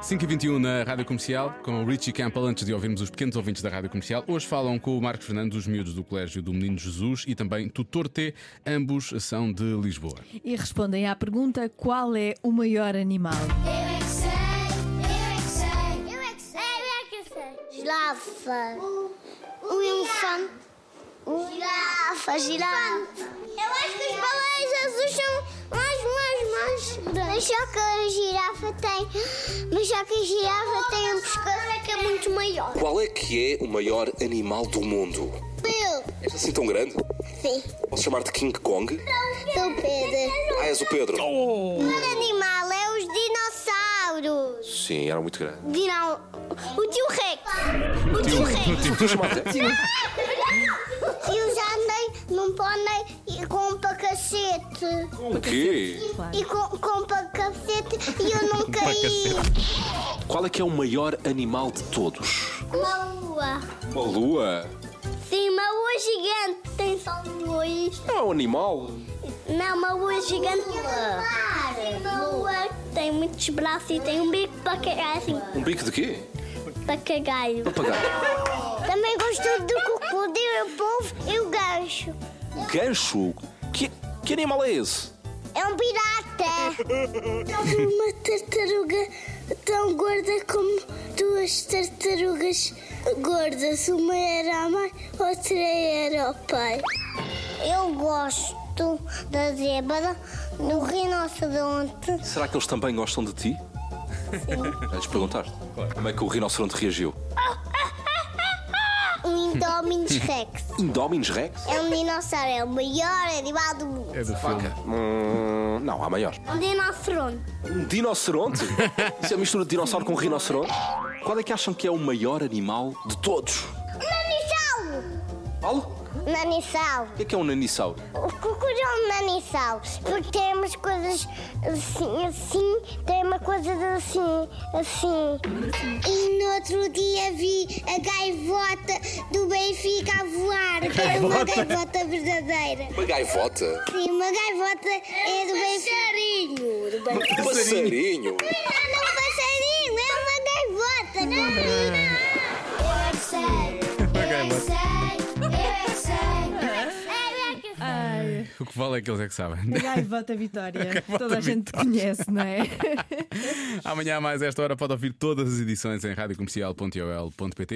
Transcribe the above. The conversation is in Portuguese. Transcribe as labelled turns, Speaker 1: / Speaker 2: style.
Speaker 1: 5h21 na Rádio Comercial, com o Richie Campbell, antes de ouvirmos os pequenos ouvintes da Rádio Comercial. Hoje falam com o Marcos Fernandes, os miúdos do Colégio do Menino Jesus e também Tutor T, ambos são de Lisboa.
Speaker 2: E respondem à pergunta: qual é o maior animal?
Speaker 3: Eu é que sei, eu é que sei, eu é que sei, eu é que sei. Girafa. O, elefante. Girafa, girafa. Eu acho que os balões azuis são mais, mais, mais Mas só que a girafa tem. Mas só que a girafa tem um pescoço que é muito maior.
Speaker 4: Qual é que é o maior animal do mundo?
Speaker 3: Pedro.
Speaker 4: És assim tão grande?
Speaker 3: Sim.
Speaker 4: Posso chamar-te King Kong?
Speaker 3: Sou Pedro.
Speaker 4: Ah, és o Pedro?
Speaker 3: O maior animal é os dinossauros.
Speaker 4: Sim, era muito grande.
Speaker 3: Dinou. O tio Rex. O tio Rex. Ah,
Speaker 4: Tu chamaste?
Speaker 3: E os andem não podem ir com capacete.
Speaker 4: O quê?
Speaker 3: E com, com capacete e eu não caí.
Speaker 4: Qual é que é o maior animal de todos?
Speaker 3: Uma lua.
Speaker 4: Uma lua.
Speaker 3: Sim, uma lua gigante. Tem só luz.
Speaker 4: Não é um animal?
Speaker 3: Não, uma lua gigante. Uma lua que tem muitos braços e tem um bico para cagar assim.
Speaker 4: Um bico de quê?
Speaker 3: Para cagar.
Speaker 4: Um Papagaio.
Speaker 3: Também gosto do crocodilo, o povo e o gancho.
Speaker 4: Um Gancho? Que, que animal é esse?
Speaker 3: É um pirata. Estava uma tartaruga tão gorda como duas tartarugas gordas. Uma era a mãe, outra era o pai. Eu gosto da zebra, do rinoceronte.
Speaker 4: Será que eles também gostam de ti? Sim. Lhes perguntaste? Como é que o rinoceronte reagiu?
Speaker 3: O um Indominus Rex.
Speaker 4: Indominus Rex?
Speaker 3: É um dinossauro, é o maior animal do mundo.
Speaker 1: É do filme.
Speaker 4: Hum, não, há maior.
Speaker 3: Um dinossauro.
Speaker 4: Um dinossauro? Isso é a mistura de dinossauro com rinoceronte? Qual é que acham que é o maior animal de todos?
Speaker 3: Nanissal!
Speaker 4: Paulo?
Speaker 3: Nanissal.
Speaker 4: O que é que é um nanissauro?
Speaker 3: O cocodrilo nanissal, porque tem umas coisas assim, assim, tem uma coisa assim, assim. E no outro dia vi a gaivota do Benfica a voar, que era uma gaivota verdadeira.
Speaker 4: Uma gaivota?
Speaker 3: Sim, uma gaivota é do Benfica. Do Benfica.
Speaker 4: Um passarinho?
Speaker 3: Não, não é um passarinho, é uma gaivota. Não, Eu é que sei, eu é que sei, eu é que sei, eu é que sei.
Speaker 2: Ai,
Speaker 1: O que vale é que eles é que sabem.
Speaker 2: a gaivota Vitória. Toda a gente conhece, não é?
Speaker 1: Amanhã, a mais esta hora, pode ouvir todas as edições em radiocomercial.ol.pt.